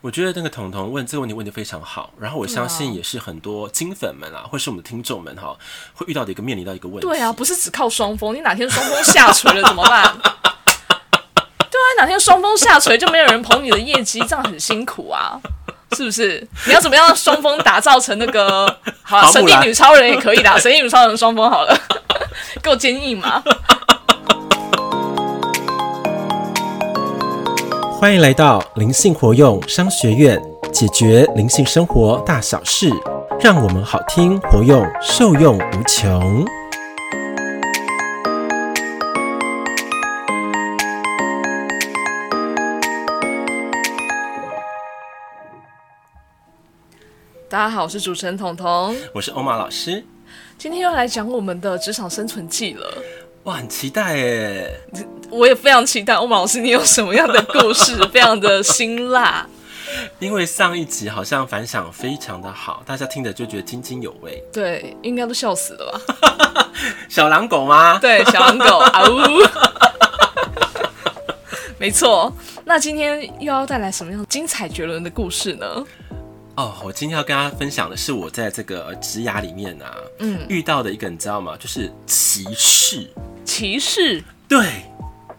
我觉得那个彤彤问这个问题问的非常好，然后我相信也是很多金粉们啊，或是我们的听众们哈，会遇到的一个面临到一个问题。对啊，不是只靠双峰，你哪天双峰下垂了怎么办？ 对啊，哪天双峰下垂就没有人捧你的业绩，这样很辛苦啊，是不是？你要怎么样让双峰打造成那 个好、啊？花神木力兰女超人也可以啦，神力女超人双峰好了， 够坚硬嘛？欢迎来到灵性活用商学院，解决灵性生活大小事，让我们好听活用，受用无穷。大家好，我是主持人彤彤，我是欧玛老师，今天要来讲我们的职场生存记了。哇，很期待耶！我也非常期待欧马老师，你有什么样的故事？非常的辛辣，因为上一集好像反响非常的好，大家听着就觉得津津有味。对，应该都笑死了吧？小狼狗吗？ 对，小狼狗啊呜， 没错。那今天又要带来什么样精彩绝伦的故事呢？哦，我今天要跟大家分享的是我在这个呃职涯里面啊，嗯，遇到的一个你知道吗？就是歧视。歧视，对，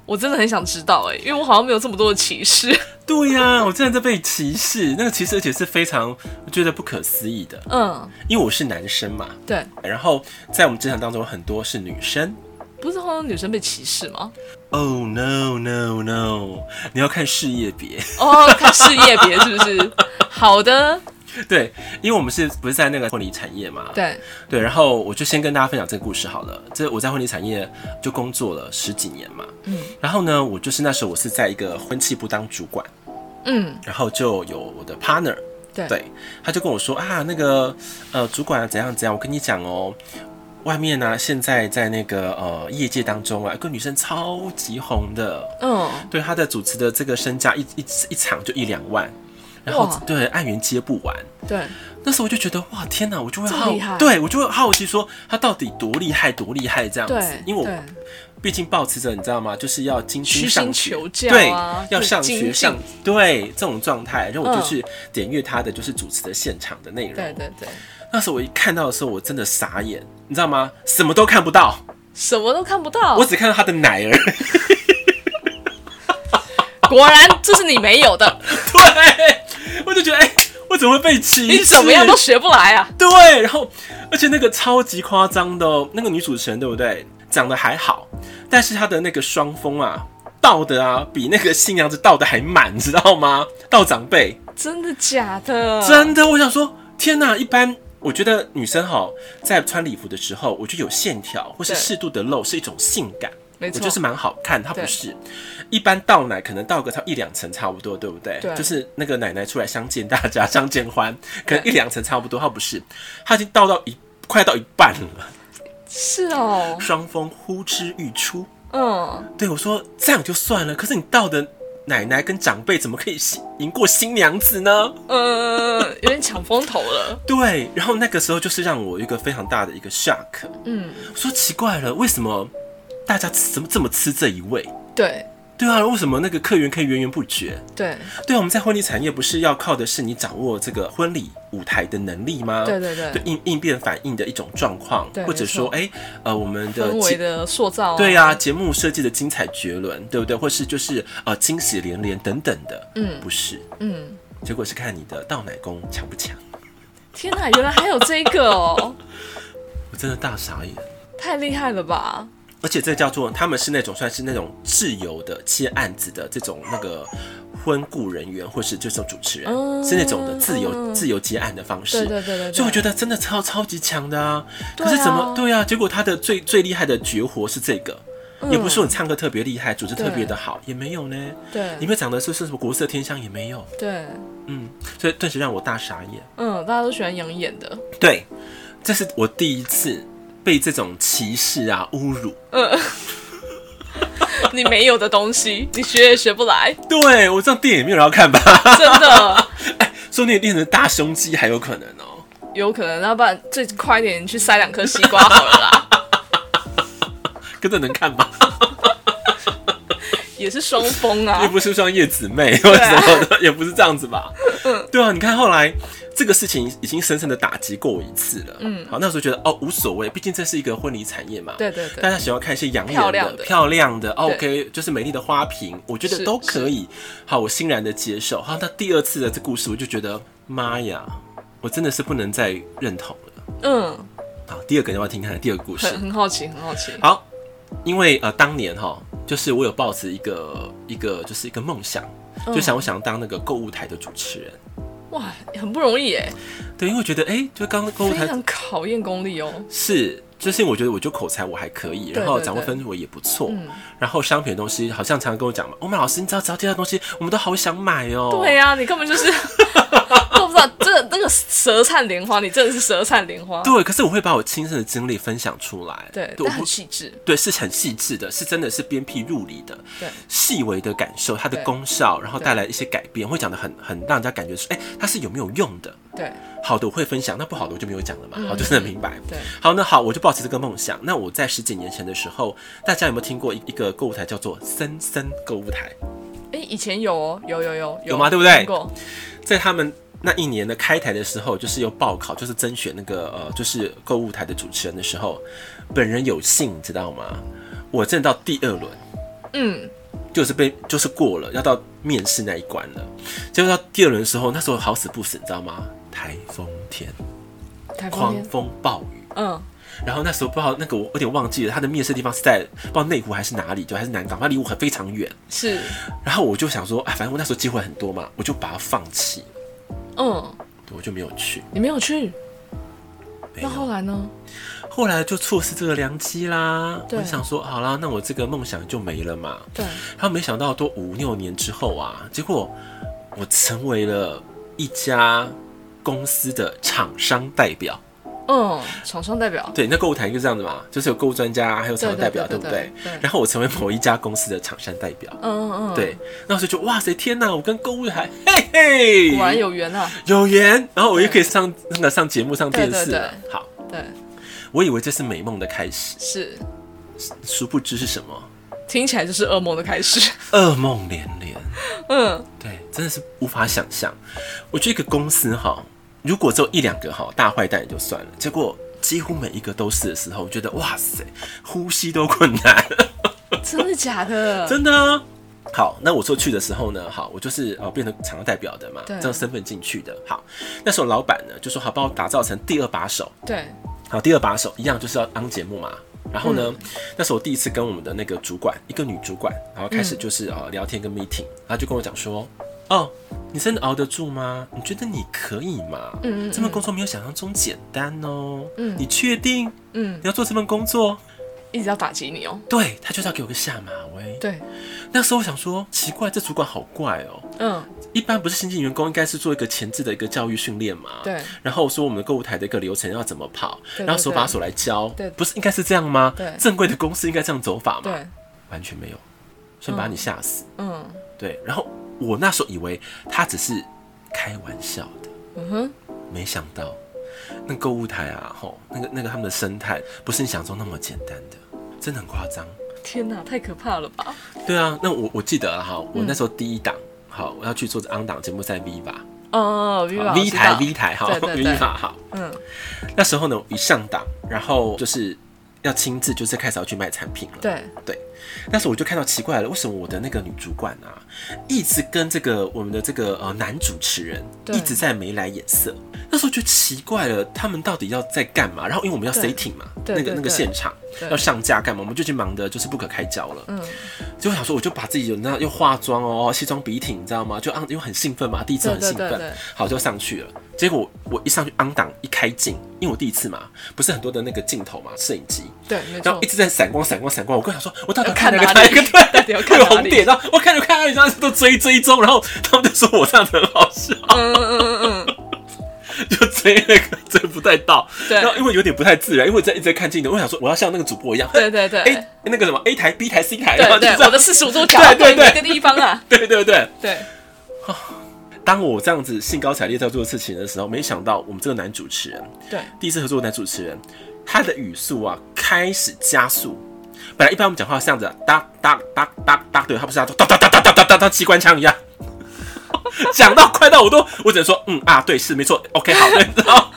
我真的很想知道哎、因为我好像没有这么多的歧视。对呀、我真的在被歧视，那个歧视而且是非常我觉得不可思议的，嗯，因为我是男生嘛，对，然后在我们职场当中，很多是女生。不是好像女生被歧视吗？ Oh no no no！你要看事业别， 哦，看事业别是不 是？好的，对，因为我们是不是在那个婚礼产业嘛？对，对，然后我就先跟大家分享这个故事好了。这我在婚礼产业就工作了十几年嘛，嗯，然后呢，我就是那时候我是在一个婚庆部当主管，嗯，然后就有我的 partner，对，对，他就跟我说啊，那个呃主管啊怎样怎样，我跟你讲哦，外面呢、现在在那个呃业界当中啊，有个女生超级红的，嗯，对她的主持的这个身价一一一场就一两万，然后哇对案源接不完。对，那时候我就觉得哇天哪，我就会这么好厉害，对我就会好奇说她到底多厉害多厉害这样子对，，嗯因为我对毕竟保持着你知道吗？就是要精虚心心上学，求教对啊，要对上精学进上对这种状态。然后我就嗯去点阅他的就是主持的现场的内容。对对对，那时候我一看到的时候，我真的傻眼，你知道吗？什么都看不到，什么都看不到。我只看到他的奶儿。 果然这是你没有 的，对，我就觉得哎、我怎么会被歧视？你怎么样都学不来啊。对，然后而且那个超级夸张的哦，那个女主持人对不对？长得还好，但是她的那个双峰啊，倒的啊，比那个新娘子倒的还满，你知道吗？倒长辈，真的假的？真的，我想说，天哪！一般我觉得女生哈，在穿礼服的时候，我觉得有线条或是对适度的露是一种性感。没我错，觉得是蛮好看，它不对是。一般倒奶可能倒个差一两层差不多，对不对？对就是那个奶奶出来相见大家，相见欢，可能对一两层差不多，它不是，它已经倒到一快到一半 了，是哦，双峰呼之欲出。嗯，对我说这样就算了，可是你倒的奶奶跟长辈怎么可以赢赢过新娘子呢？呃，有点抢风头了，对，然后那个时候就是让我有一个非常大的一个 shock，嗯，我说奇怪了，为什么大家怎么这么吃这一味？对对啊，为什么那个客源可以源源不绝？对对啊，我们在婚礼产业不是要靠的是你掌握这个婚礼舞台的能力吗？对对对，应应变反应的一种状况对，或者说，哎、呃，我们的氛围节的塑造、啊对呀、节目设计的精彩绝伦，对不对？或是就是呃惊喜连连等等的，嗯不是，嗯，结果是看你的倒奶功强不强。天哪，原来还有这个哦，我真的大傻眼，太厉害了吧？而且这叫做他们是那种算是那种自由的接案子的这种那个婚顾人员，或是就是主持人，嗯是那种的自由、嗯自由接案的方式。对对对对对，所以我觉得得真的超超级强的啊！对可是怎么啊对啊？结果他的最最厉害的绝活是这个，嗯也不是说你唱歌特别厉害，主持特别的好，也没有呢。你对们长得就是什么国色天香也没有，对，嗯，所以顿时让我大傻眼。嗯，大家都喜欢养眼 的，对，这是我第一次被这种歧视啊侮辱。你没有的东西，你学也学不 来，对我这样电影没有人要看吧？真的。说不定练成大胸肌还有可能哦、有可能，要不然最快一点你去塞两颗西瓜好了啦。跟着能看吧？也是双峰又啊，不是像叶子妹或者啊什么的，也不是这样子吧？嗯对啊，你看后来这个事情已经深深的打击过我一次了。嗯，好，那时候觉得哦无所谓，毕竟这是一个婚礼产业嘛。对对大对，家喜欢看一些养眼漂的亮、的漂亮的，OK，就是哦美丽的花瓶，我觉得是都可以。好，我欣然的接受。好，那第二次的这故事，我就觉得妈呀，我真的是不能再认同了。嗯，好，第二个你要不要听看看第二个故 事很？很好奇，很好奇，好，因为呃，当年哈，就是我有抱持一个一个就是一个梦想，嗯就想我想当那个购物台的主持人。哇，很不容易哎，对，因为我觉得哎、就刚刚购物非台常考验功力哦，是，就是我觉得我就口才我还可以，对然后对掌握对嗯分我也不错，然后商品的东西好像常常跟我讲嘛，我、们老师，你知道只要提到东西，我们都好想买哦、对啊呀，你根本就是 都不知道这那个舌灿莲花，你真的是舌灿莲花，对，可是我会把我亲身的经历分享出来，对，我但很不细致，对，是很细致的，是真的是鞭辟入里的，对，细微的感受它的对功效，然后带来一些改变，会讲的很很让人家感觉说，哎、它是有没有用的？对好的我会分享，那不好的我就没有讲了嘛，好，就是很明白。嗯对，好，那好，我就抱持这个梦想。那我在十几年前的时候，大家有没有听过一一个购物台叫做森森购物台？哎，以前有哦，有有有有吗对不对听过，在他们那一年的开台的时候，就是有报考，就是甄选那个呃，就是购物台的主持人的时候，本人有幸，你知道吗？我真的到第二轮嗯，就是被就是过了，要到面试那一关了。结果到第二轮的时候，那时候好死不死，你知道吗？台风天，台风狂天，风暴雨。嗯，然后那时候不知道那个我有点忘记了，他的面试地方是在不知道内湖还是哪里，就还是南港，他离我很非常远。是，然后我就想说，啊，反正我那时候机会很多嘛，我就把它放弃了，嗯，我就没有去。你没有去，没那有后来呢？后来就错失这个良机啦。我对啊就想说，好啦，那我这个梦想就没了嘛。对，然后没想到多五六年之后啊，结果我成为了一家公司的厂商代表。嗯，厂商代表，对，那购物台就是这样子嘛，就是有购物专家，还有厂商代表，对不对对对对对？然后我成为某一家公司的厂商代表。嗯嗯嗯，，对，那时候就哇塞，天哪！我跟购物台，嘿嘿，果然有缘啊，有缘，然后我又可以上那个上节目、上电视了对。好，对，我以为这是美梦的开始，是，殊不知是什么？听起来就是噩梦的开始， 噩梦连连。嗯，对，真的是无法想象。我觉得一个公司哈，如果只有一两个哈大坏蛋也就算了，结果几乎每一个都是的时候，我觉得哇塞，呼吸都困难，真的假的？真的啊、好，那我说去的时候呢，好，我就是呃变成厂商代表的嘛，对这样身份进去的。好，那时候老板呢就说好，帮我打造成第二把手，对，好，第二把手一样就是要当节目嘛。然后呢，嗯那是我第一次跟我们的那个主管，一个女主管，然后开始就是呃聊天跟 meeting，然后就跟我讲说，哦，你真的熬得住吗？你觉得你可以吗？嗯嗯这份工作没有想象中简单哦。嗯你确定嗯你，要做这份工作？一直要打击你哦，对，他就是要给我个下马威。对，那时候我想说，奇怪，这主管好怪哦。嗯，一般不是新进员工应该是做一个前置的一个教育训练嘛？对。然后说我们的购物台的一个流程要怎么跑，对然后手把手来教，对对不是应该是这样吗？对正规的公司应该这样走法吗？对，完全没有，先把你吓死。嗯对，然后我那时候以为他只是开玩笑的，嗯哼，没想到那购物台啊，吼，那个那个他们的生态不是你想中那么简单的，真的很夸张。天哪，太可怕了吧？对啊，那我我记得了哈，我嗯那时候第一档。好，我要去做这 on 档节目，在 Viva 好哦，Viva， V 我知台道 V 台哈对对对，Viva 好，嗯，那时候呢，我一上档，然后就是要亲自就是开始要去卖产品了。对，对，那时候我就看到奇怪了，为什么我的那个女主管啊，一直跟这个我们的这个呃男主持人对一直在眉来眼色。那时候就奇怪了，他们到底要在干嘛？然后因为我们要对 setting 嘛，对那个对那个对现场对要上架干嘛，我们就已经忙得就是不可开交了。嗯，结果想说，我就把自己有那又化妆哦，西装笔挺，你知道吗？就昂，因为很兴奋嘛，第一次很对对兴奋，对对好就上去了。结果我一上去昂档一开镜，因为我第一次嘛，不是很多的那个镜头嘛，摄影机，对，没然后错一，直在闪光闪光闪光。我跟他说，我到底要哦看要哪个看哪哪里 一个到底对，要看有哪红里点，然后我看就看到你，然后都追追踪，然后 他们就说我这样子很好笑，嗯嗯嗯嗯，就追那个追不太到。对然后因为有点不太自然，因为我在一直在看镜头，我想说我要像那个主播一样，对对对 A 那个什么 A 台 B 台 C 台，然后对就这对，样我的四十五度角对对对对每个地 方啊，对对对。对，当我这样子兴高采烈在做事情的时候，没想到我们这个男主持人，对，第一次合作的男主持人，他的语速啊开始加速，本来一般我们讲话是这样子、啊，哒哒哒哒哒，对，他不是他说哒哒哒哒哒哒哒哒，机关枪一样。 讲到快到我都，我只能说嗯啊，对，是没错，OK，好，对，然后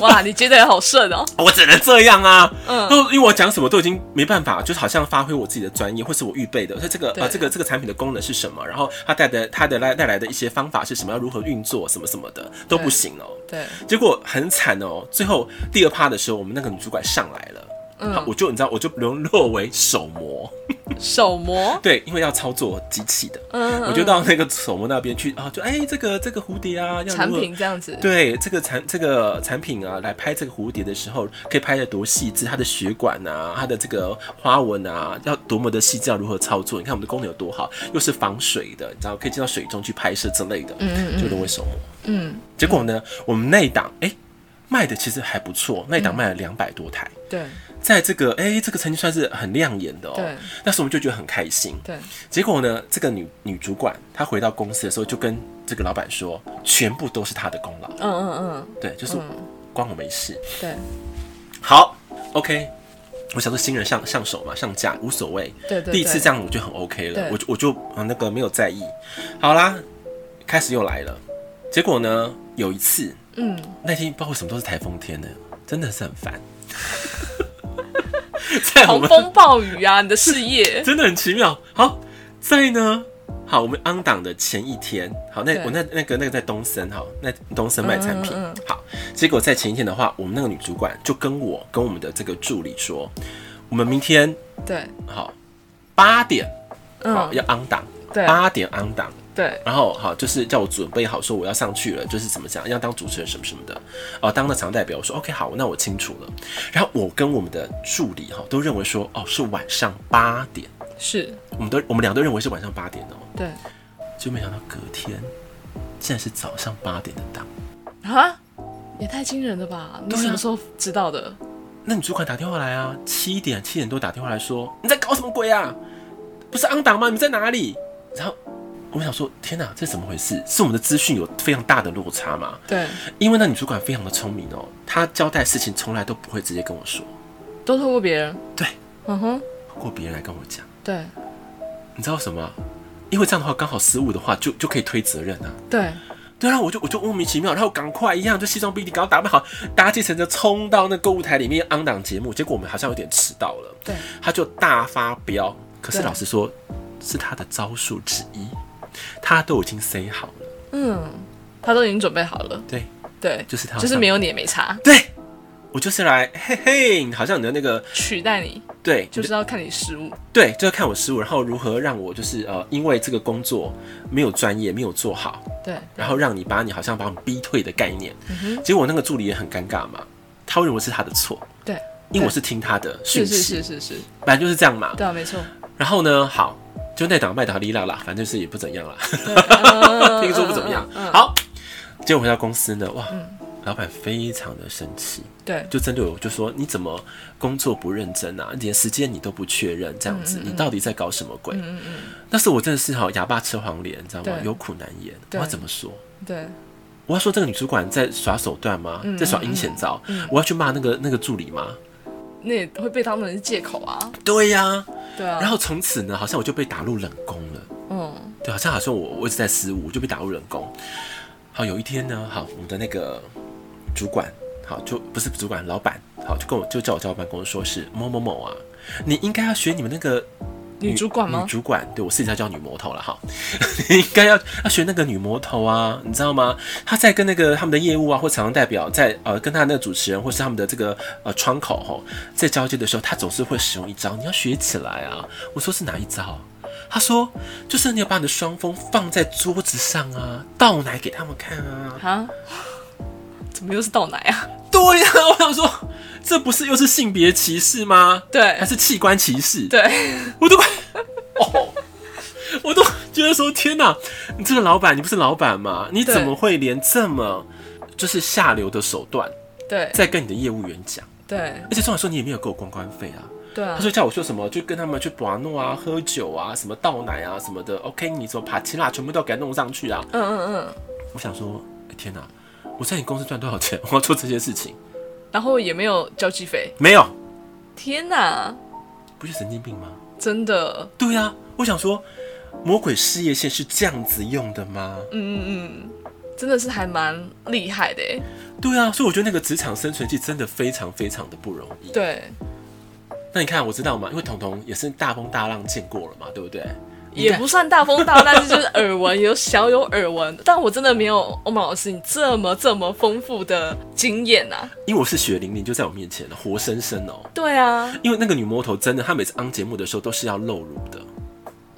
哇，你接的也好顺哦。 我只能这样啊。然嗯，后因为我讲什么都已经没办法，就是好像发挥我自己的专业，或是我预备的，所以这个对呃这个这个产品的功能是什么，然后它带的它的带带来的一些方法是什么，要如何运作什么什么的都不行哦、对，结果很惨哦，最后第二趴的时候，我们那个女主管上来了，她嗯，我就你知道，我就沦落为手模，手模，对，因为要操作机器的，嗯，我就嗯到那个手模那边去啊，就哎、这个这个蝴蝶啊，要如何产品这样子。对这个产这个产品啊，来拍这个蝴蝶的时候，可以拍得多细致，它的血管啊，它的这个花纹啊，要多么的细致，要如何操作？你看我们的功能有多好，又是防水的，你知道可以进到水中去拍摄之类的，嗯嗯嗯就沦为手模。嗯，结果呢，我们那一档哎、卖的其实还不错，那一嗯档卖了两百多台，对在这个哎、这个成绩算是很亮眼的哦、对那时候我们就觉得很开心。对，结果呢，这个女女主管她回到公司的时候，就跟这个老板说，全部都是她的功劳。嗯嗯对，就是嗯嗯，关我没事。对好，OK，我想说新人上上手嘛，上架无所谓。对对。第一次对这样我就很 OK 了对，我就我就呃那个没有在意。好啦，开始又来了。结果呢，有一次嗯，那天不知道为什么都是台风天呢，真的是很 烦。在 我狂们风暴雨啊，你的事 业，真的很奇妙。好，在呢，好，我们 on 档的前一天，好，那对我那那个那个在东森，好，那东森卖产品，嗯嗯好，结果在前一天的话，我们那个女主管就跟我跟我们的这个助理说，我们明天对，好八点好、嗯，要啊 on 档，对八点 on 档。对然后好，就是叫我准备好，说我要上去了，就是怎么讲，要当主持人什么什么的，哦，当了常代表，我说 OK 好，那我清楚了。然后我跟我们的助理哈都认为说，哦，是晚上八点，是，我们都我们俩都认为是晚上八点哦、对就没想到隔天竟然是早上八点的档。啊，也太惊人了吧！你对啊什么时候知道的？那你主管打电话来啊，七点七点多打电话来说你在搞什么鬼啊？不是昂档吗？你们在哪里？然后我想说，天哪，这怎么回事？是我们的资讯有非常大的落差吗？对，因为那女主管非常的聪明哦，她交代事情从来都不会直接跟我说，都透过别人。对，嗯哼，透过别人来跟我讲。对你知道什么？因为这样的话，刚好失误的话，就就可以推责任啊。对对啊，我就我就莫名其妙，然后赶快一样就西装笔挺，赶快打扮好，搭计程车冲到那购物台里面昂档节目，结果我们好像有点迟到了，对，他就大发飙。可是对老实说，是他的招数之一，他都已经 say 好了，嗯，他都已经准备好了。对，对，就是他就是没有你也没差，对我就是来嘿嘿，好像你的那个取代你对，就就是是要看你失误。对，就是看我失误，然后如何让我就是呃，因为这个工作没有专业，没有做好，对，然后让你把你好像把我们逼退的概念。嗯哼，结果那个助理也很尴尬嘛，他会认为是他的错，对，因为我是听他的讯是息，是是是是，本来就是这样嘛。对啊，没错。然后呢，好，就那档卖的哩啦啦，反正就是也不怎样啦， 听听说不怎么样。嗯好，结果回到公司呢，哇，老板非常的生气，对就针对我就说你怎么工作不认真啊，连时间你都不确认，这样子，嗯嗯嗯你到底在搞什么鬼？嗯那时候我真的是好哑巴吃黄连，你知道吗？对有苦难言，我对要怎么说？对我要说这个女主管在耍手段吗？嗯在耍阴险招？我要去骂那个那个助理吗？那也会被当成是借口啊。对呀、对啊，然后从此呢，好像我就被打入冷宫了。嗯，对，啊好像好像我我一直在失误，我就被打入冷宫。好，有一天呢，好，我们的那个主管，好，就不是主管，老板，好，就跟我就叫我叫我办公室说是某某某啊，你应该要学你们那个女主管吗女？主管，对我私底下叫女魔头了哈。 你应该要要学那个女魔头啊，你知道吗？她在跟那个他们的业务啊，或常常代表在呃跟他那个主持人或是他们的这个呃窗口吼在交接的时候，她总是会使用一招，你要学起来啊。我说是哪一招？她说就是你要把你的双峰放在桌子上啊，倒奶给他们看啊。啊？怎么又是倒奶啊？对呀、我想说这不是又是性别歧视吗？对还是器官歧视？对，我都快， 哦，我都觉得说天哪，你这个老板，你不是老板吗？你怎么会连这么就是下流的手段对在跟你的业务员讲？对而且重点说你也没有给我公关费啊。对啊他，说叫我说什么，就跟他们去玩弄啊、喝酒啊、什么倒奶啊什么的。OK，你怎么爬起啦，全部都给他弄上去啊！嗯嗯嗯，我想说，哎天哪，我在你公司赚多少钱？我要做这些事情然后也没有交际费，没有？天哪，不是神经病吗？真的，对呀、我想说，魔鬼事业线是这样子用的吗？真的是还蛮厉害的欸耶。对啊，所以我觉得那个职场生存记真的非常非常的不容易。对，那你看，我知道嘛，因为彤彤也是大风大浪见过了嘛，对不对？也不算大风大浪，但是就是耳闻，有小有耳闻。但我真的没有欧曼老师你这么这么丰富的经验啊。因为我是血淋淋就在我面前了，活生生哦。对啊，因为那个女魔头真的，她每次当节目的时候都是要露乳的，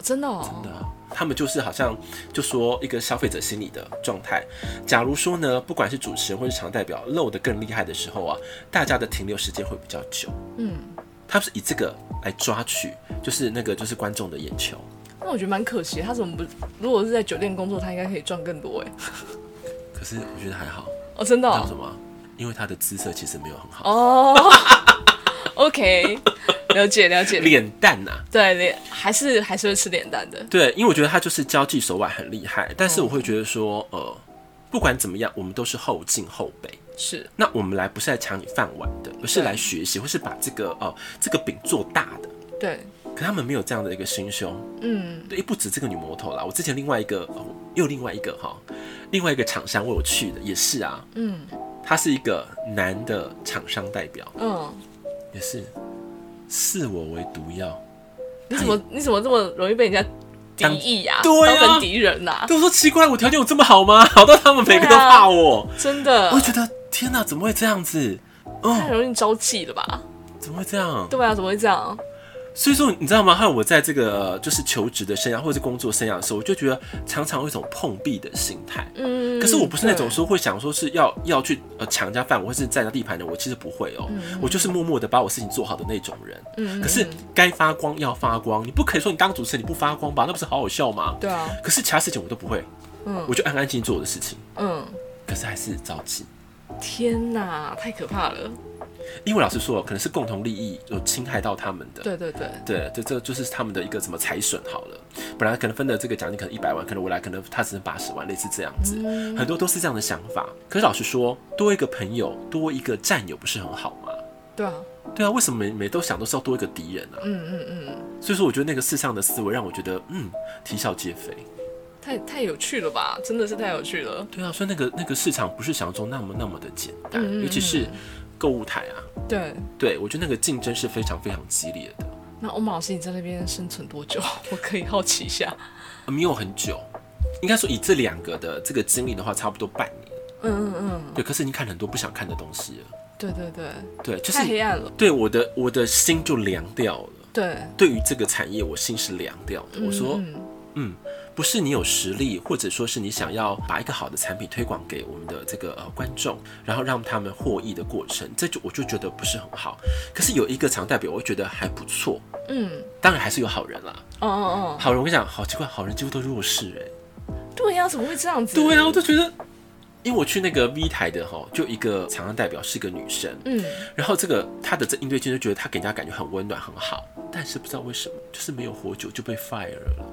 真的哦，对啊。他们就是好像就说一个消费者心理的状态。假如说呢，不管是主持人或是常代表露得更厉害的时候啊，大家的停留时间会比较久。嗯，他们是以这个来抓取，就是那个就是观众的眼球。那我觉得蛮可惜的。他怎么不？如果是在酒店工作，他应该可以赚更多哎。可是我觉得还好，哦，真的你知道哦什。么吗？因为他的姿色其实没有很好，哦 ，OK，了 解了解。脸蛋呐、啊。对，脸还是还是会吃脸蛋的。对，因为我觉得他就是交际手腕很厉害，但是我会觉得说，呃，不管怎么样，我们都是后进后辈。是，那我们来不是来抢你饭碗的，而是对来学习，或是把这个呃这个饼做大的。对，可他们没有这样的一个心胸，嗯，对，不止这个女魔头啦，我之前另外一个，哦、又另外一个哈，另外一个厂商我有去的，也是啊，嗯，他是一个男的厂商代表，嗯，也是视我为毒药，你怎么你怎么这么容易被人家敌意呀、哎当对啊当成敌人 呐、对我说奇怪，我条件有这么好吗？ 好到他们每个都对啊怕我，真的我就觉得天哪，怎么会这样子？太容易招气了吧？怎么会这样？对啊，怎么会这样？所以说，你知道吗？还有我在这个呃就是求职的生涯或者是工作生涯的时候，我就觉得常常有一种碰壁的心态。嗯，可是我不是那种说会想说是要要去呃抢人家饭碗或是占人家地盘的，我其实不会哦、我就是默默的把我事情做好的那种人。嗯可是该发光要发光，你不可以说你当主持人你不发光吧？那不是好好笑吗？对。对啊，可是其他事情我都不会，嗯我就安安静静做我的事情。嗯，可是还是着急，天哪，太可怕了！因为老实说，可能是共同利益有侵害到他们的。对对对，对，这这就是他们的一个什么财损好了，本来可能分的这个奖金可能一百万，可能我来可能他只能八十万，类似这样子，嗯很多都是这样的想法。可是老实说，多一个朋友，多一个战友，不是很好吗？对啊，对啊，为什么每每都想都是要多一个敌人啊？嗯嗯嗯，所以说，我觉得那个世上的思维让我觉得，嗯，啼笑皆非。太太有趣了吧？真的是太有趣了。对啊，所以那个那个市场不是想象中那么那么的简单，嗯嗯尤其是购物台啊，对，对我觉得那个竞争是非常非常激烈的，那欧马老师你在那边生存多久？ 我可以好奇一下。呃没有很久，应该说以这两个的这个经历的话，差不多半年。嗯嗯嗯，对，可是你看很多不想看的东西了，对对对，对，就太是黑暗了。对我的我的心就凉掉了。对，对于这个产业，我心是凉掉的。我说，嗯嗯嗯，不是你有实力，或者说是你想要把一个好的产品推广给我们的这个呃观众，然后让他们获益的过程，这就我就觉得不是很好。可是有一个常代表，我觉得还不错，嗯，当然还是有好人啦。哦哦好人，我跟你讲，好奇怪，好人几乎都弱势哎、哦，对呀、怎么会这样子？对啊，我就觉得，因为我去那个 V 台的哈，就一个常常代表是一个女生，嗯，然后这个他的这应对进就觉得他给人家感觉很温暖很好，但是不知道为什么就是没有活久就被 fire 了，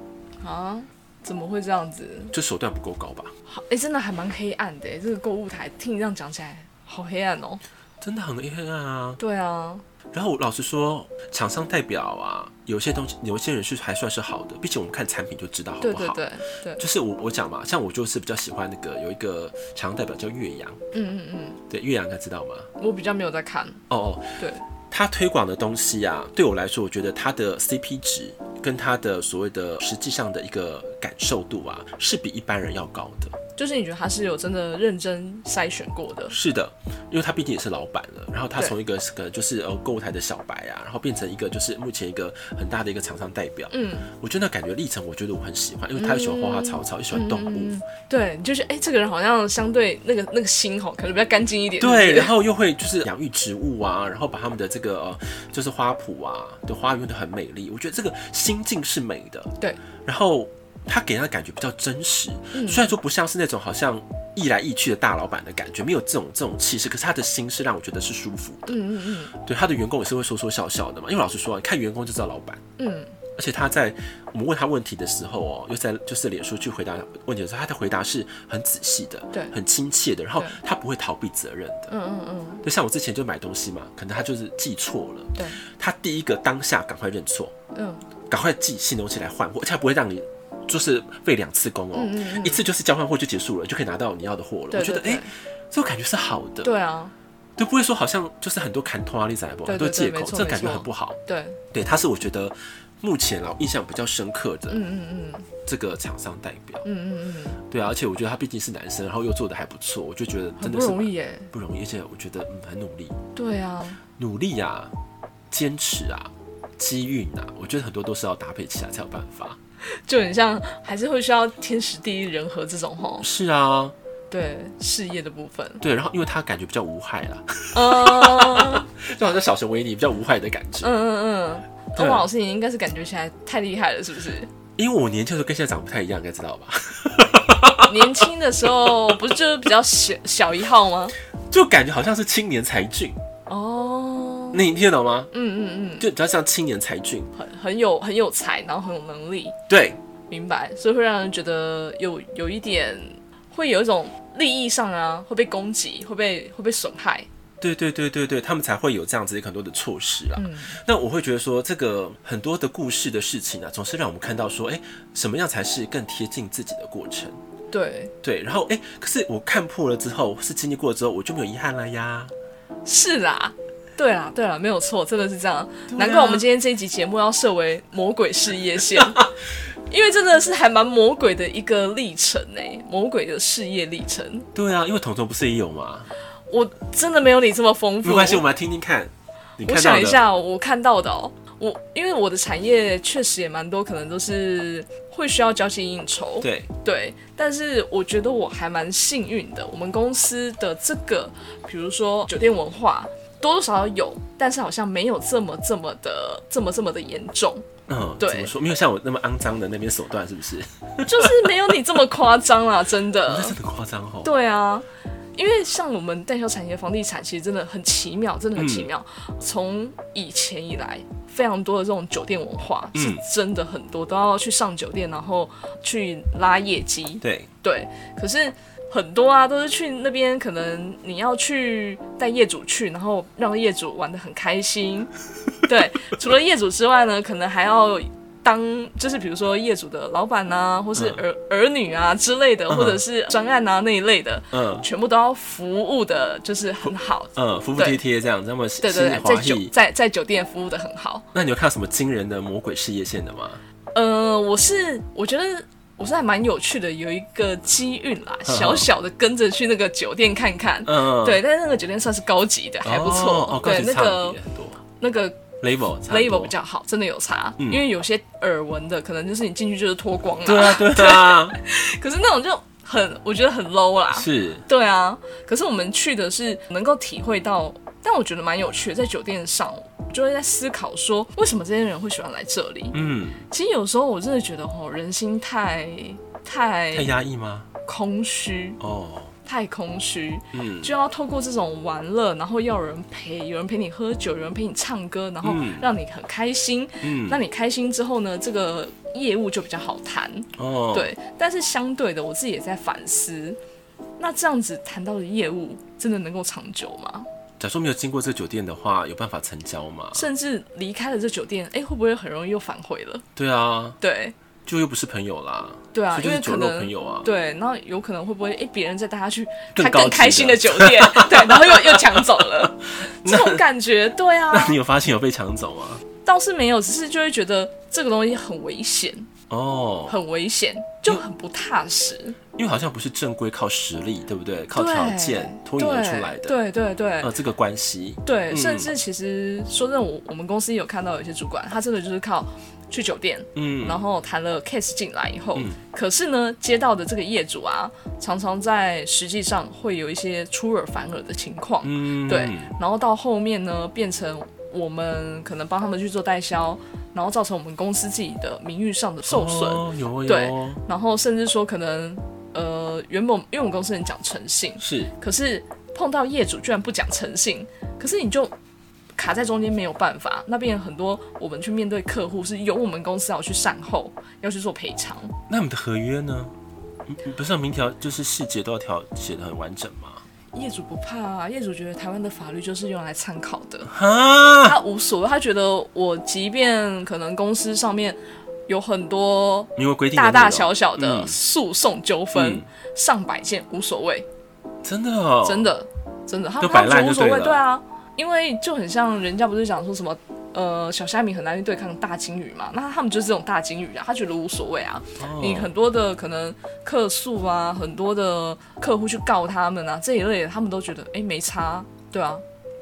啊，怎么会这样子？就手段不够高吧？好，哎、真的还蛮黑暗的耶，这个购物台，听你这样讲起来，好黑暗哦。真的很黑暗啊！对啊，然后我老实说，厂商代表啊，有些东西有些人是还算是好的，毕竟我们看产品就知道好不对好。对对对，就是我我讲嘛，像我就是比较喜欢那个有一个厂商代表叫岳阳，嗯嗯嗯，对岳阳应该知道吗？我比较没有在看。哦哦，对，他推广的东西啊，对我来说，我觉得他的 CP 值跟他的所谓的实际上的一个感受度啊，是比一般人要高的。就是你觉得他是有真的认真筛选过的，是的，因为他毕竟也是老板了，然后他对从一个可能就是呃购物台的小白啊，然后变成一个就是目前一个很大的一个厂商代表。嗯，我觉得那感觉历程，我觉得我很喜欢，因为他又喜欢花花草草，又喜欢动物，对，你就是哎、诶这个人好像相对那个那个心吼，可能比较干净一点。对，对然后又会就是养育植物啊，然后把他们的这个呃就是花圃啊的花园的很美丽，我觉得这个心境是美的。对，嗯然后他给人的感觉比较真实，虽然说不像是那种好像一来一去的大老板的感觉，没有这种这种气势，可是他的心是让我觉得是舒服的。嗯嗯对，他的员工也是会说说笑笑的嘛，因为老实说啊，看员工就知道老板。嗯嗯，而且他在我们问他问题的时候哦，又在就是脸书去回答问题的时候，他的回答是很仔细的，对很亲切的，然后对他不会逃避责任的。嗯嗯嗯，就像我之前就买东西嘛，可能他就是记错了，对，他第一个当下赶快认错，嗯，赶快寄新东西来换货，而且他不会让你就是费两次工哦，嗯嗯嗯一次就是交换货就结束了，你就可以拿到你要的货了。对我觉得对哎、这种感觉是好的，对啊，就不会说好像就是很多啊砍拖拉力仔不，对很多对对借口没，错这种感觉没错很不好。对，对，他是我觉得目前啊我印象比较深刻的嗯嗯嗯这个厂商代表。嗯嗯嗯，对啊，而且我觉得他毕竟是男生，然后又做的还不错，我就觉得很真不的是容易耶。不容易，而且我觉得嗯很努力，对啊，努力啊，坚持啊，机运啊，我觉得很多都是要搭配起来才有办法。就很像还是会需要天时地利人和这种吼。是啊，对事业的部分，对，然后因为他感觉比较无害啦， 嗯就好像小熊维尼比较无害的感觉。嗯嗯嗯，对欧老师你应该是感觉起来太厉害了，是不是？因为我年轻的时候跟现在长得不太一样，应该知道吧？ 年轻的时候不是就是比较小小一号吗？就感觉好像是青年才俊，哦，那你听得懂吗？嗯嗯就比较像青年才俊。嗯，很很有很有才，然后很有能力，对，明白，所以会让人觉得有有一点会有一种利益上啊会被攻击，会被会被损害。对对对对对，他们才会有这样子很多的措施啦。嗯那我会觉得说，这个很多的故事的事情啊，总是让我们看到说，哎、什么样才是更贴近自己的过程？对，对，然后哎、诶可是我看破了之后，是经历过了之后，我就没有遗憾了呀。是啦。对啦，对啦，没有错，真的是这样。啊难怪我们今天这一集节目要设为魔鬼事业线，因为真的是还蛮魔鬼的一个历程呢、魔鬼的事业历程。对啊，因为彤彤不是也有吗？我真的没有你这么丰富。没关系，我们来听听看。你我看到想一的，下，我看到的哦，我因为我的产业确实也蛮多，可能都是会需要交际应酬，对，对但是我觉得我还蛮幸运的，我们公司的这个，比如说酒店文化，多多少少有，但是好像没有这么这么的这么这么的严重，嗯，对怎么说？没有像我那么肮脏的那边手段，是不是？就是没有你这么夸张啦，真那 的。真的夸张哦。对啊，因为像我们代销产业、房地产，其实真的很奇妙，真的很奇妙。嗯从、以前以来，非常多的这种酒店文化、嗯是真的很多，都要去上酒店，然后去拉业绩。对对，可是很多啊，都是去那边，可能你要去带业主去，然后让业主玩的很开心。 对，除了业主之外呢，可能还要。当就是比如说业主的老板啊，或是嗯儿、儿女啊之类的，或者嗯是专案啊那一类的，嗯全部都要服务的，就是很好。嗯，服服帖帖这样，那么心对里对对，滑在酒稽。在在酒店服务的很好。那你有看到什么惊人的魔鬼事业线的吗？呃，我是我觉得我是还蛮有趣的，有一个机运啦，嗯小小的跟着去那个酒店看看。嗯，对，但是那个酒店算是高级的，还不哦错。哦，高对，级那差个别很多那个，label 差不多 level 比较好，真的有差。嗯因为有些耳闻的，可能就是你进去就是脱光了。对啊， 对啊， 可是那种就很，我觉得很 low 啦。是对啊，可是我们去的是能够体会到，但我觉得蛮有趣的，在酒店上。我就会在思考说，为什么这些人会喜欢来这里？嗯，其实有时候我真的觉得，哦，人心太太太压抑吗？空虚，哦，太空虚，嗯，就要透过这种玩乐，然后要有人陪，有人陪你喝酒，有人陪你唱歌，然后嗯让你很开心。嗯那你开心之后呢，这个业务就比较好谈。哦，，对，但是相对的，我自己也在反思，那这样子谈到的业务真的能够长久吗？假如说没有经过这个酒店的话，有办法成交吗？甚至离开了这酒店，哎、会不会很容易又反悔了？对啊，对就又不是朋友啦，对啊所，以就因为是酒可肉能朋友啊，对，然后有可能会不会哎，诶别、人再带他去更他高级更开的心的酒店，对，然后又又抢 走了，这种感觉，对啊， 那你有发现有被抢走吗？倒是没有，只是就会觉得这个东西很危险，哦，很危险，就很不踏实。因为好像不是正规靠实力，对不对？靠对条件脱颖而出来的，对对对呃，这个关系，对，嗯甚至其实说真的，我我们公司也有看到有一些主管，他真的就是靠去酒店，嗯，然后谈了 case 进来以后，嗯可是呢，接到的这个业主啊，常常在实际上会有一些出尔反尔的情况。嗯，对，然后到后面呢，变成我们可能帮他们去做代销，然后造成我们公司自己的名誉上的受损，哦有哦对有哦，然后甚至说可能呃，原本因为我们公司很讲诚信，是可是碰到业主居然不讲诚信，可是你就卡在中间没有办法。那边有很多我们去面对客户是由我们公司要去善后，要去做赔偿。那你们的合约呢？嗯不是有明条，就是细节都要条写的很完整吗？业主不怕啊，业主觉得台湾的法律就是用来参考的，啊，他无所谓，他觉得我即便可能公司上面有很多因为规定的大内大容小小的嗯诉讼纠纷、嗯上百件无所谓，真的哦，真的真的，他都们他摆烂们就无所对谓，了对啊，因为就很像人家不是讲说什么。呃，小虾米很难去对抗大金鱼嘛，那他们就是这种大金鱼啊，他觉得无所谓啊，哦你很多的可能客诉啊，很多的客户去告他们啊，这一类的他们都觉得哎、诶没差，对啊，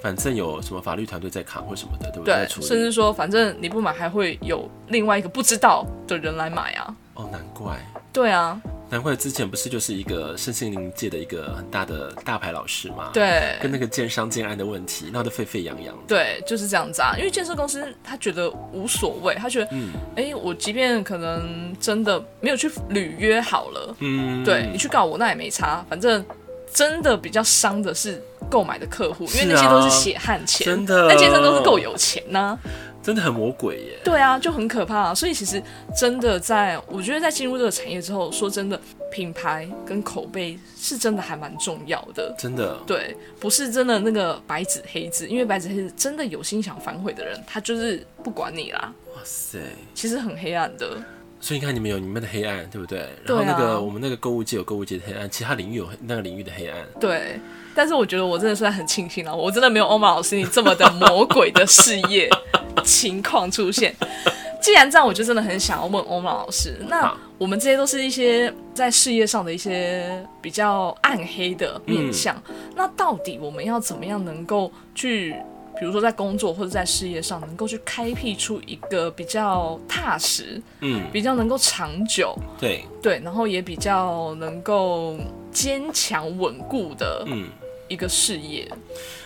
反正有什么法律团队在扛或什么的，对不对在，处理甚至说反正你不买还会有另外一个不知道的人来买啊，哦，难怪。对啊，难怪之前不是就是一个身心灵界的一个很大的大牌老师嘛，，对跟那个建商建案的问题闹得沸沸扬扬。对，就是这样子啊，因为建设公司他觉得无所谓，他觉得嗯哎、诶我即便可能真的没有去履约好了，嗯，对你去告我那也没差，反正真的比较伤的是购买的客户，因为是那些啊都是血汗钱，真的那健身都是够有钱呐、真的很魔鬼耶。对啊，就很可怕、啊。所以其实真的在，我觉得在进入这个产业之后，说真的，品牌跟口碑是真的还蛮重要的。真的，对，不是真的那个白纸黑字，因为白纸黑字真的有心想反悔的人，他就是不管你啦，哇塞！其实很黑暗的。所以你看，你们有你们的黑暗，对不对？然对啊后那个、我们那个购物界有购物界的黑暗，其他领域有那个领域的黑暗。对，但是我觉得我真的算很庆幸了，我真的没有欧玛老师你这么的魔鬼的事业情况出现。既然这样，我就真的很想要问欧玛老师，那好我们这些都是一些在事业上的一些比较暗黑的面相，那到底我们要怎么样能够去？比如说，在工作或者在事业上，能够去开辟出一个比较踏实、嗯，比较能够长久，对，对，然后也比较能够坚强稳固的嗯，一个事业。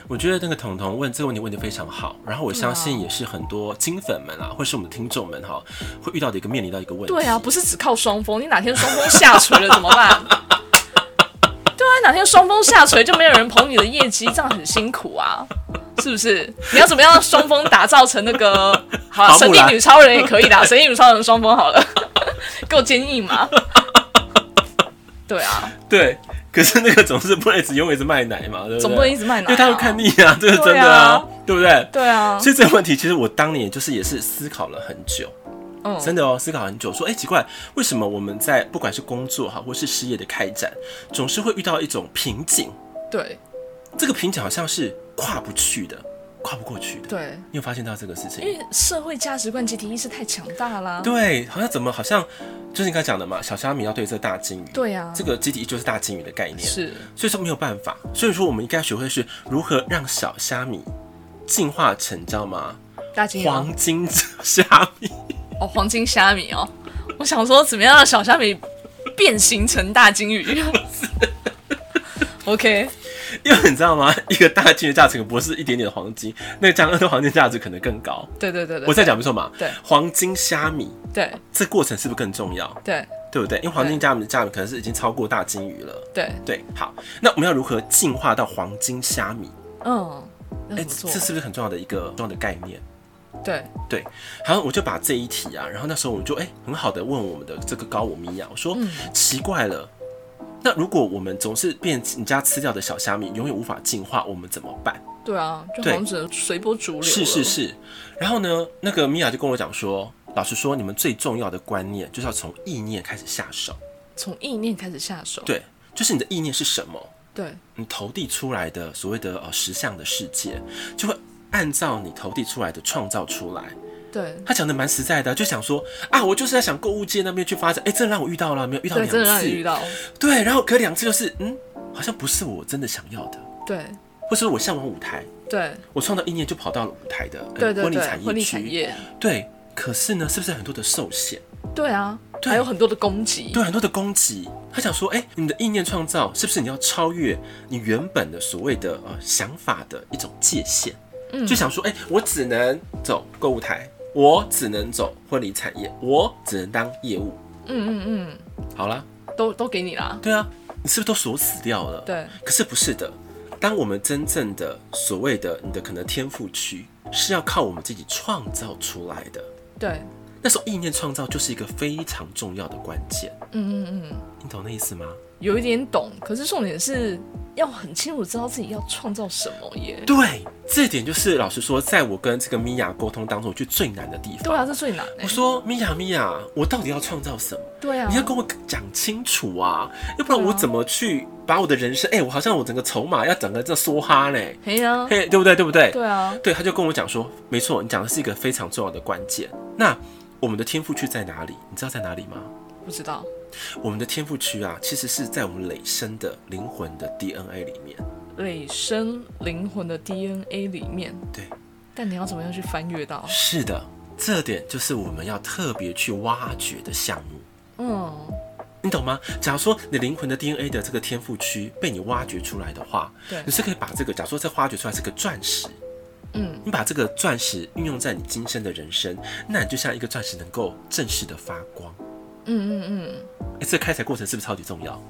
我觉得那个彤彤问这个问题问得非常好，然后我相信也是很多金粉们啊，或是我们的听众们哈，会遇到的一个面临到一个问题。对啊，，不是只靠双峰，你哪天双峰下垂了怎么办？对啊，哪天双峰下垂就没有人捧你的业绩，这样很辛苦啊，是不是？你要怎么样双峰打造成那个好、啊、花木神力兰女超人也可以啦，神力女超人双峰好了，够坚硬嘛？对啊，对，可是那个总是不能只永远是卖奶嘛，对不对？总不能一直卖奶、因为他会看。腻啊，这个真对的啊啊，对不对？对啊，所以这个问题，其实我当年就是也是思考了很久，嗯，真的哦，思考很久，说，哎、奇怪，为什么我们在不管是工作哈，或是事业的开展，总是会遇到一种瓶颈？对这个瓶颈好像是跨不去的，跨不过去的。对，你有发现到这个事因情？为社会价值观集体意识太强大啦。对，好像怎么好像就是你刚才讲的嘛，小虾米要对这大金鱼，对啊这个集体就是大金鱼的概念，是所以说没有办法，所以说我们应该学会是如何让小虾米进化成，你知道吗？大金鱼吗黄金虾米， 哦，黄金虾米哦，我想说怎么样让小虾米变形成大金鱼 ？OK，因为你知道吗？一个大金的价值可不是一点点的黄金，那这样的黄金价值可能更高。对对对对，我在讲没错嘛，对黄金虾米对这过程是不是更重要？对对不对？因为黄金虾米的价格可能是已经超过大金鱼了。对，对，好，那我们要如何进化到黄金虾米？嗯，那哎、这怎么做？这是不是很重要的一个重要的概念？对，对，然后我就把这一题啊，然后那时候我就哎、很好的问我们的这个高我米娅，我说、嗯奇怪了，那如果我们总是变人家吃掉的小虾米，永远无法进化，我们怎么办？对啊，就好对像只能随波逐流。是是，是。然后呢，那个米娅就跟我讲说，老实说，你们最重要的观念就是要从意念开始下手。从意念开始下手。对，就是你的意念是什么，对你投递出来的所谓的呃实相的世界，就会按照你投递出来的创造出来。对他讲的蛮实在的，就想说啊，我就是在想购物界那边去发展，哎、真的让我遇到了，没有遇到对，两真的让你次，遇到。对，然后隔两次就是嗯，好像不是我真的想要的，对或是我向往舞台，对我创造意念就跑到了舞台的、呃对嗯对婚礼对，产婚业礼区，产业。对，可是呢，是不是很多的受限？对啊，对还有很多的攻击。对，很多的攻击。他想说，哎、你的意念创造是不是你要超越你原本的所谓的呃想法的一种界限？嗯，就想说，哎、我只能走购物台，我只能走婚礼产业，我只能当业务。嗯嗯好啦，嗯，都都给你啦。对啊，你是不是都锁死掉了？对可是不是的，当我们真正的所谓的你的可能天赋区，是要靠我们自己创造出来的。对，那时候意念创造就是一个非常重要的关键，嗯嗯嗯，你懂那意思吗？有一点懂，可是重点是要很清楚知道自己要创造什么耶。对，这点就是老实说，在我跟这个米娅沟通当中，我觉得最难的地对方。啊，这最难哎、我说米娅，米娅，我到底要创造什么？对啊，你要跟我讲清楚啊，要不然我对啊怎么去把我的人生？哎、我好像我整个筹码要整个这梭哈嘞，嘿呀、嘿，对不对？对不对？对啊，对，他就跟我讲说，没错，你讲的是一个非常重要的关键。那我们的天赋区在哪里？你知道在哪里吗？不知道，我们的天赋区啊，其实是在我们累生的灵魂的 DNA 里面。累生灵魂的 DNA 里面，对，但你要怎么样去翻阅到？是的，这点就是我们要特别去挖掘的项目。嗯，你懂吗？假如说你灵魂的 DNA 的这个天赋区被你挖掘出来的话，对你是可以把这个，假如说再挖掘出来是个钻石，嗯，你把这个钻石运用在你今生的人生，那你就像一个钻石能够正式的发光。嗯嗯嗯，哎、这个开采过程是不是超级重要？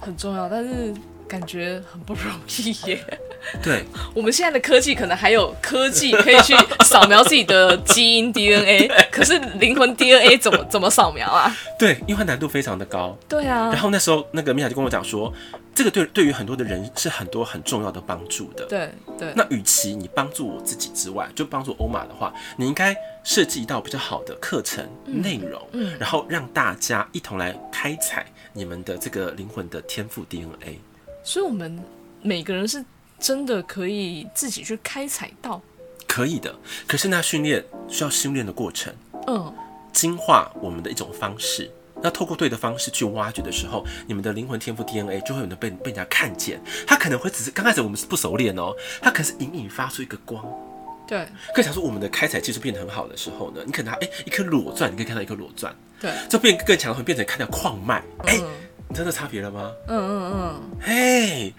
很重要，但是感觉很不容易耶。 对，我们现在的科技可能还有科技可以去扫描自己的基 因 DNA，可是灵魂 DNA 怎么怎么扫描啊？对，因为它难度非常的高。对啊然，后那时候那个米娅就跟我讲说，这个对对于很多的人是很多很重要的帮助的。对对，那与其你帮助我自己之外，就帮助欧玛的话，你应该设计一道比较好的课程内容，嗯然后让大家一同来开采你们的这个灵魂的天赋 DNA。所以我们每个人是真的可以自己去开采到，可以的，可是那训练需要训练的过程，嗯，精化我们的一种方式。那透过对的方式去挖掘的时候，你们的灵魂天赋 DNA 就会有人被被人家看见。他可能会只是刚开始我们是不熟练哦，他可能是隐隐发出一个光。嗯对可假如说我们的开采技术变得很好的时候呢，你可能哎、一颗裸钻，你可以看到一颗裸钻，对，就变更强，变成看到矿脉。哎、嗯你真的差别了吗？嗯嗯嗯，嘿、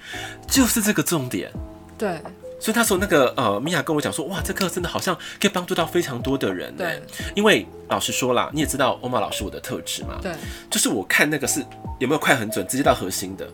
就是这个重点。对所以那时候那个呃，米娅跟我讲说，哇，这课真的好像可以帮助到非常多的人呢。对因为老实说啦，你也知道欧玛老师我的特质嘛，对就是我看那个是有没有快很准，直接到核心的。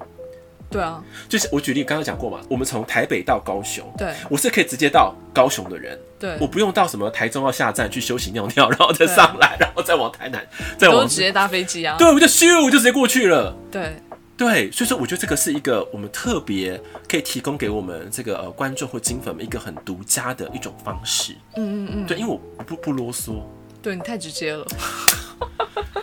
对啊，就是我举例刚刚讲过嘛，我们从台北到高雄，对我是可以直接到高雄的人，对我，不用到什么台中要下站去休息尿尿，然后再上来，然后再往台南，再都往直接搭飞机啊，对，我就咻，我就直接过去了。对对，所以说我觉得这个是一个我们特别可以提供给我们这个呃观众或金粉们一个很独家的一种方式。嗯嗯嗯，对，因为我不不啰嗦，对你太直 接了，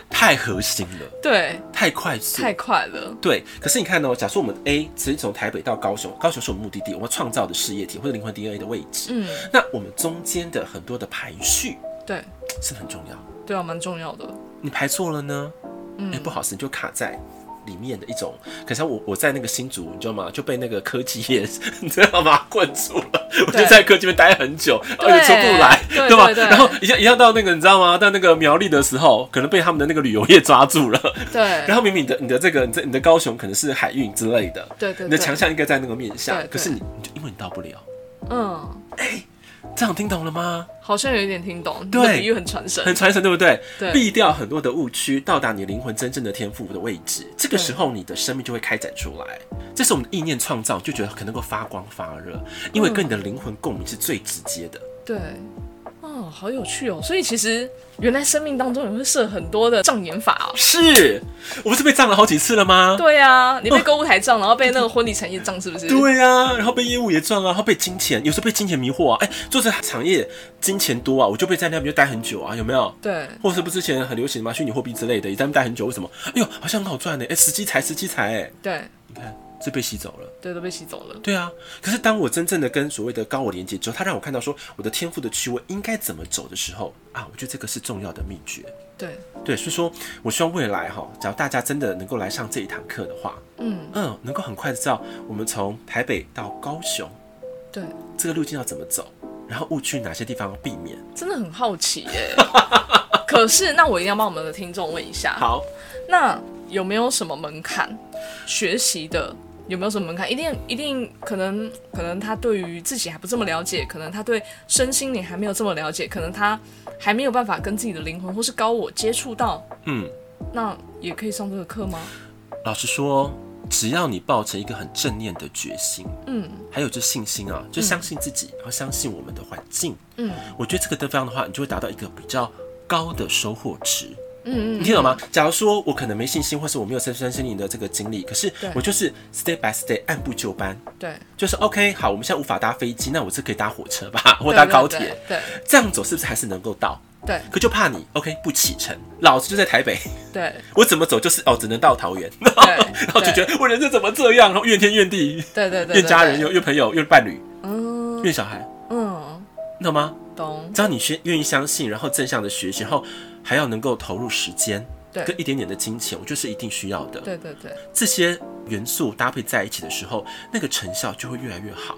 太核心了，对，太快速，太快了，对，可是你看哦，假设我们 A 直接从台北到高雄，高雄是我们目的地，我们创造的事业体或者灵魂 DNA 的位置，嗯，那我们中间的很多的排序对是不是很重要。对啊，蛮重要的，你排错了呢，哎、嗯不好意思，你就卡在里面的一种。可是我我在那个新竹，你知道吗？就被那个科技业，你知道吗？困住了，我就对在科技面待很久，而且出不来，对吧？对对然后一下一下到那个，你知道吗？到那个苗栗的时候，可能被他们的那个旅游业抓住了。对然后明明你的你的这个你的你的高雄可能是海运之类的，对对你的对，强项应该在那个面向对，对可是你你就因为你到不了，嗯。这样听懂了吗？好像有一点听懂，对你的比喻很传神，很传神，对不对？对避掉很多的误区，到达你灵魂真正的天赋的位置。这个时候，你的生命就会开展出来。这是我们的意念创造，就觉得可能能够发光发热，因为跟你的灵魂共鸣是最直接的。对，哦，好有趣哦。所以其实原来生命当中也会设很多的障眼法哦。是，我不是被障了好几次了吗？ 对啊，你被购物台障，然后被那个婚礼产业障，是不 是？对啊，然后被业务也撞啊，然后被金钱，有时候被金钱迷惑啊。哎、做这产业金钱多啊，我就被在那边就待很久啊，有没有？对或是不之前很流行嘛，虚拟货币之类的，也在那边待很久，为什么？哎呦，好像很好赚呢、哎、时机财，时机财，哎，对你看，是被吸走了。对，都被吸走了。对啊，可是当我真正的跟所谓的高我连接之后，他让我看到说我的天赋的区位应该怎么走的时候啊，我觉得这个是重要的秘诀。对，对，所以说我希望未来哈，假如大家真的能够来上这一堂课的话，嗯，嗯，能够很快的知道我们从台北到高雄对，这个路径要怎么走，然后误区哪些地方要避免。真的很好奇 耶。可是，那我一定要帮我们的听众问一下，好，那有没有什么门槛？学习的有没有什么门槛？一定一定，可能可能他对于自己还不这么了解，可能他对身心灵还没有这么了解，可能他还没有办法跟自己的灵魂或是高我接触到，嗯，那也可以上这个课吗？老实说，只要你抱成一个很正念的决心，嗯还有就信心啊，就相信自己，然后相信我们的环境。嗯，我觉得这个地方的话，你就会达到一个比较高的收获值。嗯你嗯，听懂吗？假如说我可能没信心，或是我没有身身心灵的这个经历，可是对我就是 step by step 按部就班，嗯对，就是 OK，好，我们现在无法搭飞机，那我是可以搭火车吧， 或搭高对铁，，对这样走是不是还是能够到？对可就怕你 OK 不启程，老子就在台北， 对我怎么走就是哦，只能到桃园， 对，然后就觉得我人生怎么这样，然后怨天怨地，对对对，怨家人，怨怨朋友，怨伴侣，嗯怨小孩，嗯，你懂吗？懂，只要你先愿意相信，然后正向的学习，然后还要能够投入时间对跟一点点的金钱，我觉得是一定需要的。对对对，这些元素搭配在一起的时候，那个成效就会越来越好。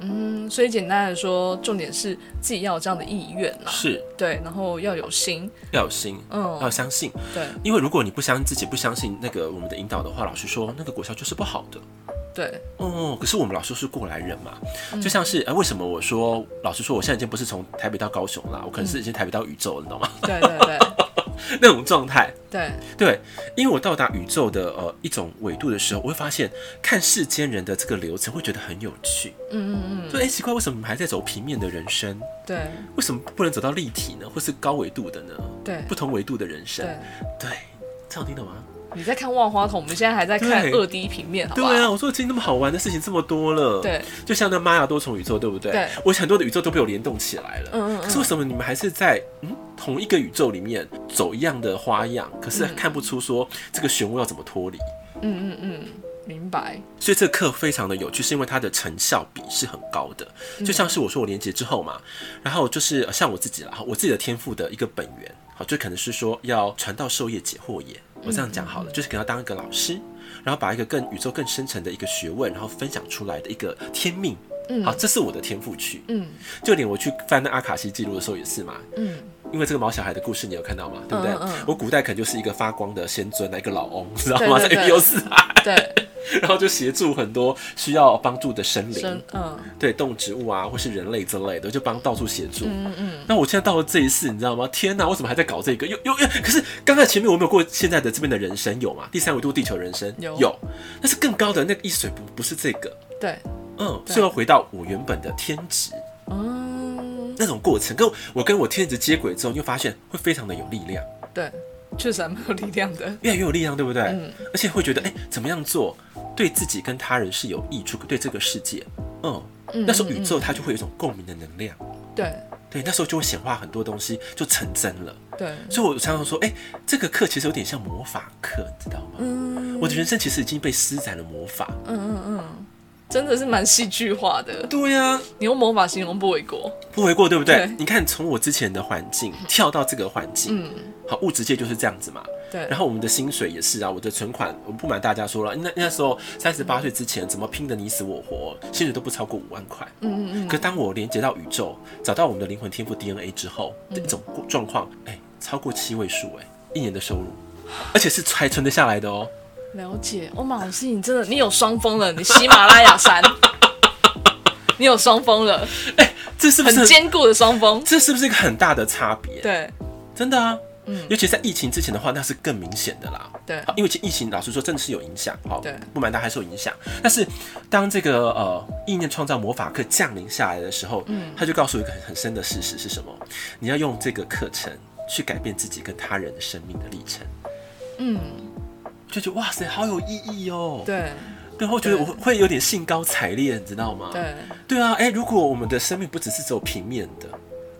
嗯，所以简单来说，重点是自己要有这样的意愿啦，是对，然后要有心，要有心，嗯，要相信，对因为如果你不相信自己，不相信那个我们的引导的话，老实说，那个果效就是不好的。对哦，可是我们老师是过来人嘛，嗯就像是哎、呃为什么我说老实说，我现在已经不是从台北到高雄啦，我可能嗯是已经台北到宇宙了，你懂吗？ 对对对那种状态，对，对，因为我到达宇宙的呃一种纬度的时候，我会发现看世间人的这个流程，会觉得很有趣。嗯嗯嗯，就哎、奇怪，为什么你们还在走平面的人生？对为什么不能走到立体呢？或是高维度的呢？对不同维度的人生，对。对，这样听懂啊吗？你在看万花筒，我们现在还在看对二 D 平面，好不对好？啊，我说今天那么好玩的事情这么多了，对，就像那玛雅多重宇宙，对不对？对我很多的宇宙都被我联动起来了。嗯嗯嗯可是为什么你们还是在嗯同一个宇宙里面走一样的花样，可是看不出说这个漩涡要怎么脱离？嗯嗯嗯，明白。所以这课非常的有趣，是因为它的成效比是很高的。就像是我说我连接之后嘛，然后就是呃像我自己啦，我自己的天赋的一个本源，好，就可能是说要传道授业解惑也。我这样讲嗯好了，就是可能要当一个老师，然后把一个更宇宙更深层的一个学问，然后分享出来的一个天命。好，这是我的天赋区。嗯就连我去翻那阿卡西记录的时候也是嘛，嗯，因为这个毛小孩的故事你有看到吗？对不对？嗯嗯嗯我古代可能就是一个发光的仙尊，啊一个老翁，知道对吗？对在对 A U 四海。对，然后就协助很多需要帮助的生真灵，嗯对动植物啊，或是人类之类的，就帮到处协助。嗯嗯，那我现在到了这一世，你知道吗？天哪，为什么还在搞这个？又又又，可是刚才前面我没有过现在的这边的人生有吗？第三维度地球人生有有，但是更高的那个意识水不不是这个，对，嗯，对所以要回到我原本的天职嗯那种过程，跟我跟我天职接轨之后，你就发现会非常的有力量，对，确实还蛮有力量的。越来越有力量，对不对？嗯而且会觉得，哎、怎么样做对自己跟他人是有益处，对这个世界，嗯，嗯那时候宇宙它就会有一种共鸣的能量，对对，那时候就会显化很多东西，就成真了。对，所以我常常说，哎、这个课其实有点像魔法课，你知道吗？嗯我的人生其实已经被施展了魔法。嗯嗯嗯，真的是蛮戏剧化的。对呀、你用魔法形容不为过。不为过，对不对？对你看，从我之前的环境跳到这个环境，嗯，好，物质界就是这样子嘛。对。然后我们的薪水也是啊，我的存款，我不瞒大家说了，那那时候三十八岁之前怎么拼的你死我活，薪水都不超过五万块。嗯嗯嗯，可当我连接到宇宙，找到我们的灵魂天赋 DNA 之后嗯的一种状况，哎、超过七位数，哎，一年的收入，而且是还存得下来的哦、了解。哦，马老师，你真的你有双峰了，你喜马拉雅 山，你有双峰了，这是不很是坚固的双峰。这是不是一个很大的差别？对嗯真的啊。尤其在疫情之前的话，那是更明显的啦。对好，因为其疫情老实说真的是有影响，好对，不瞒大家还是有影响。但是当这个呃意念创造魔法课降临下来的时候，嗯，他就告诉我一个很很深的事实是什么？你要用这个课程去改变自己跟他人的生命的历程。嗯，就觉得哇塞，好有意义哦。对对，然后觉得对我会有点兴高采烈，你知道吗？，对啊，哎、如果我们的生命不只是只有平面的，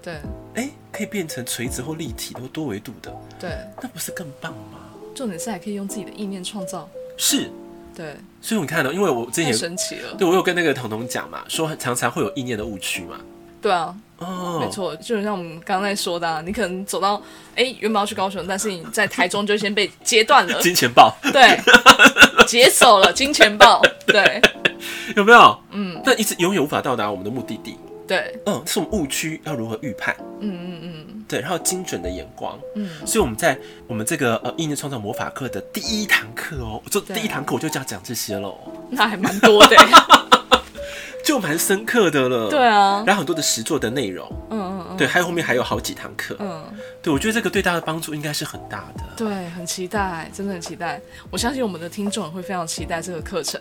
对哎、可以变成垂直或立体或多维度的，对，那不是更棒吗？重点是还可以用自己的意念创造。是，对，所以你看到、哦因为我之太前神奇了。对我有跟那个彤彤讲嘛，说常常会有意念的误区嘛。对啊，哦，没，错，就像我们刚才说的、啊，你可能走到哎、原本要去高雄，但是你在台中就先被截断了，金钱豹对，劫走了金钱豹，对有没有？嗯，但一直永远无法到达我们的目的地。对，嗯，这是我们误区要如何预判？嗯嗯对，然后精准的眼光，嗯所以我们在我们这个呃意念创造魔法课的第一堂课哦，就对啊第一堂课我就这样讲这些喽，嗯，那还蛮多 的欸、就蛮深刻的了。对啊啊然后很多的实作的内容，嗯嗯对，还有后面还有好几堂课，嗯，对我觉得这个对大家的帮助应该是很大的。对，很期待，真的很期待。我相信我们的听众也会非常期待这个课程。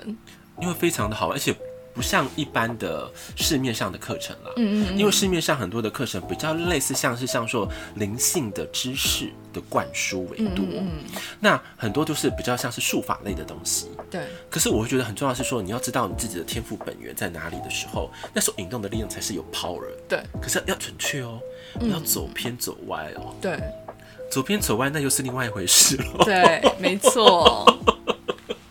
因为非常的好，而且不像一般的市面上的课程啦。嗯嗯嗯因为市面上很多的课程比较类似，像是像说灵性的知识的灌输为嗯多，嗯那很多都是比较像是术法类的东西。嗯，对，可是我会觉得很重要的是说，你要知道你自己的天赋本源在哪里的时候，那时候引动的力量才是有 power。对，可是要准确哦，嗯不要走偏走歪哦， 对，走偏走歪那又是另外一回事了。 对，没错，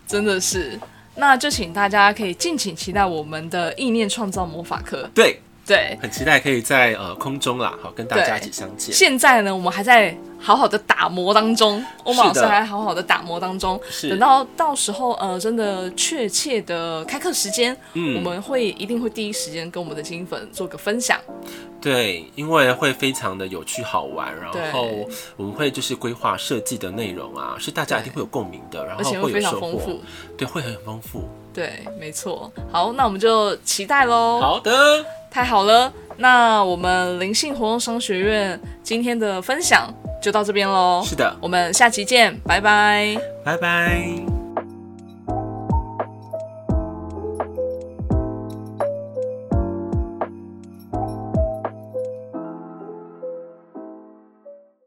真的是。那就请大家可以敬请期待我们的意念创造魔法课。对，对，很期待可以在呃空中啦，好跟大家一对起相见。现在呢，我们还在好好的打磨当中，欧马老师是的还好好的打磨当中。是等到到时候呃，真的确切的开课时间，嗯我们会一定会第一时间跟我们的金粉做个分享。哦对，因为会非常的有趣好玩，然后对我们会就是规划设计的内容啊，是大家一定会有共鸣的，然后而且会会非有常收丰获富，对，会很丰富。对，没错。好，那我们就期待喽。好的，太好了，那我们灵性活动商学院今天的分享就到这边喽。是的，我们下期见，拜拜。拜拜。